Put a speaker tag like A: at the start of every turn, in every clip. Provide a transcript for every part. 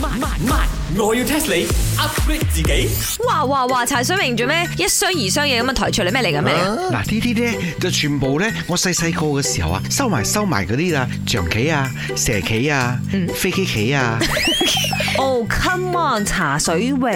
A: 慢慢，我要 test 你 upgrade 自己。
B: 哇哇哇！茶水明做咩？一箱二箱嘢咁樣抬出嚟，咩嚟㗎咩嚟㗎？
C: 嗱呢啲咧就全部咧，我細細個嘅時候啊，收埋收埋嗰啲啦，象棋啊、蛇棋啊、飛機棋啊，
D: 哦、oh,，come on，茶水榮，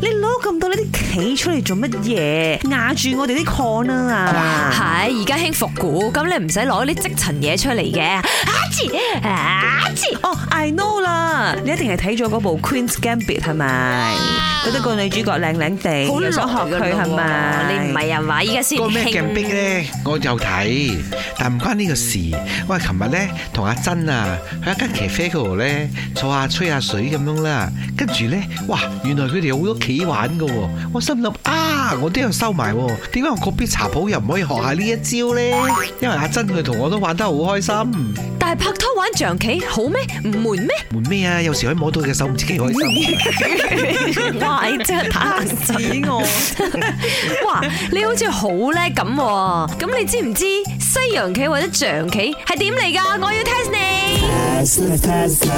D: 你攞咁多呢啲棋出嚟做乜嘢？壓住我哋啲 corner 啊！
B: 係而家興復古，咁你唔使攞啲積塵嘢出嚟嘅。啊切啊切！
D: 哦、i know 啦，你一定係睇咗嗰部 Queen's Gambit 係咪？覺得個女主角靚靚地，又想哎學佢係咪？
B: 你唔係啊嘛？依家先
C: 嗰個咩
B: 興
C: 鏡壁咧，我有睇，但唔關呢個事。我係琴日咧同阿珍啊去一間咖啡嗰度咧坐下吹下水咁樣啦，跟住咧哇，原來佢哋有好多棋玩㗎喎。我心諗啊，我都有收埋喎，點解我嗰邊茶鋪又唔可以學下呢一招咧？因為阿珍佢同我都玩得好開心。
B: 但係拍拖玩象棋好咩？唔悶咩？
C: 門咩啊？有時可以摸到佢嘅手，唔知幾開心。
B: 哇！你真係打冷
D: 指我，
B: 哇！你好似好叻咁喎，咁你知唔知西洋棋或者象棋係點嚟㗎？我要 test 你。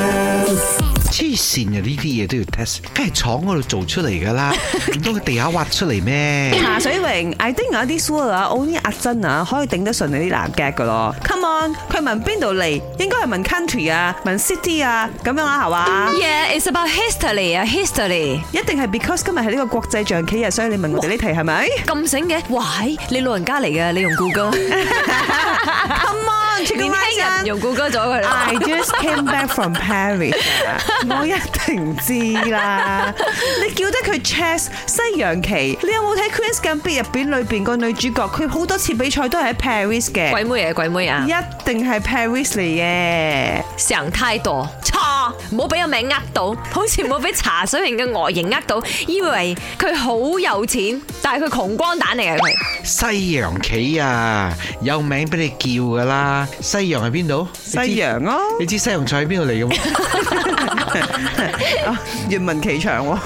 C: 黐線啊！呢啲嘢都要 test，梗係廠嗰度做出嚟噶 啦，唔通佢地下挖出嚟咩？
D: 茶水榮，I think 有啲 sure 啊，我呢阿珍啊，可以頂得順你啲男 gag 噶咯。Come on，佢問邊度嚟，應該係問 country 啊，問 city 啊，咁樣啊，係嘛？
B: Yeah, it's about history 啊，history。
D: 一定係 because 今日係呢個國際象棋日，所以你問我哋呢題係咪
B: 咁醒嘅，哇！係你老人家嚟嘅，你用谷 歌，
D: ？Come on，全
B: 年輕人唔用谷歌咗佢啦。
D: I just came back from Paris 啊我一定知啦。你叫得佢 chess 西洋棋，你有冇睇《Queen's Gambit》入邊裏邊個女主角？佢好多次比賽都係喺 Paris
B: 鬼
D: 嘅，
B: 妹啊，鬼妹啊，
D: 一定係 Paris 嚟嘅。
B: 想太多，錯，唔好俾個名呃到，好似唔好俾茶水型嘅外形呃到，以為佢好有錢，但係佢窮光蛋嚟嘅佢。
C: 西洋棋啊，有名俾你叫噶啦。西洋喺邊度？
D: 西洋啊咯、
C: 你知西洋菜喺邊度嚟嘅 嗎？
D: 啊，越文其長喎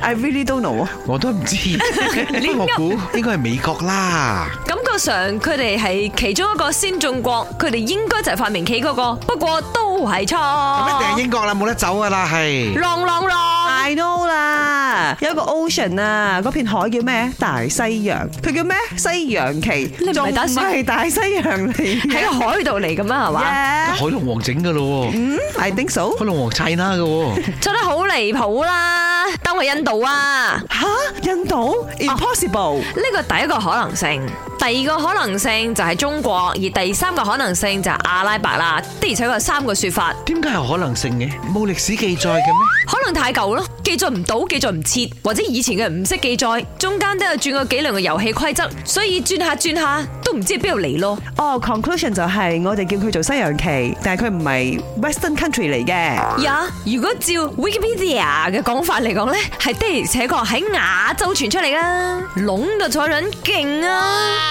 D: ，I really don't know 喎。
C: 我都 唔知，不過我估應該係美國啦。
B: 感覺上佢哋係其中一個先進國，佢哋應該就係發明棋嗰個，不過都係錯。
D: 哦
C: 咁一定係英國啦，冇得走噶啦，係。
B: 浪浪浪，
D: I know 啦，有一個 ocean 啊，嗰片海叫咩？大西洋，佢叫咩？西洋旗，
B: 你唔係
D: 仲
B: 打算
D: 係大西洋嚟
B: 喺
D: 嘅
B: 個啊海度嚟咁樣係嘛？
D: Yeah，
C: 海龍王整噶咯喎，
D: 嗯，I think so。
C: 海龍王砌啦嘅 喎，
B: 做得好離譜啦，當我印度啊！
D: 吓，印度 impossible。
B: 呢個第一個可能性，第二個可能性就係中國，而第三個可能性就係阿拉伯啦。的而且確有三個說法，
C: 點解有可能性嘅？冇歷史記載嘅咩？
B: 可能太舊咯，記載唔到，記載唔切，或者以前嘅唔識記載，中間都有轉過幾輪嘅遊戲規則，所以轉下轉下都唔知邊度嚟咯。
D: 哦，conclusion 就係我哋叫佢做西洋旗，但係佢唔係 Western country 嚟嘅。
B: 呀如果照 Wikipedia 嘅講法嚟講呢，係的而且確喺亞洲傳出嚟啦，籠嘅彩卵勁啊！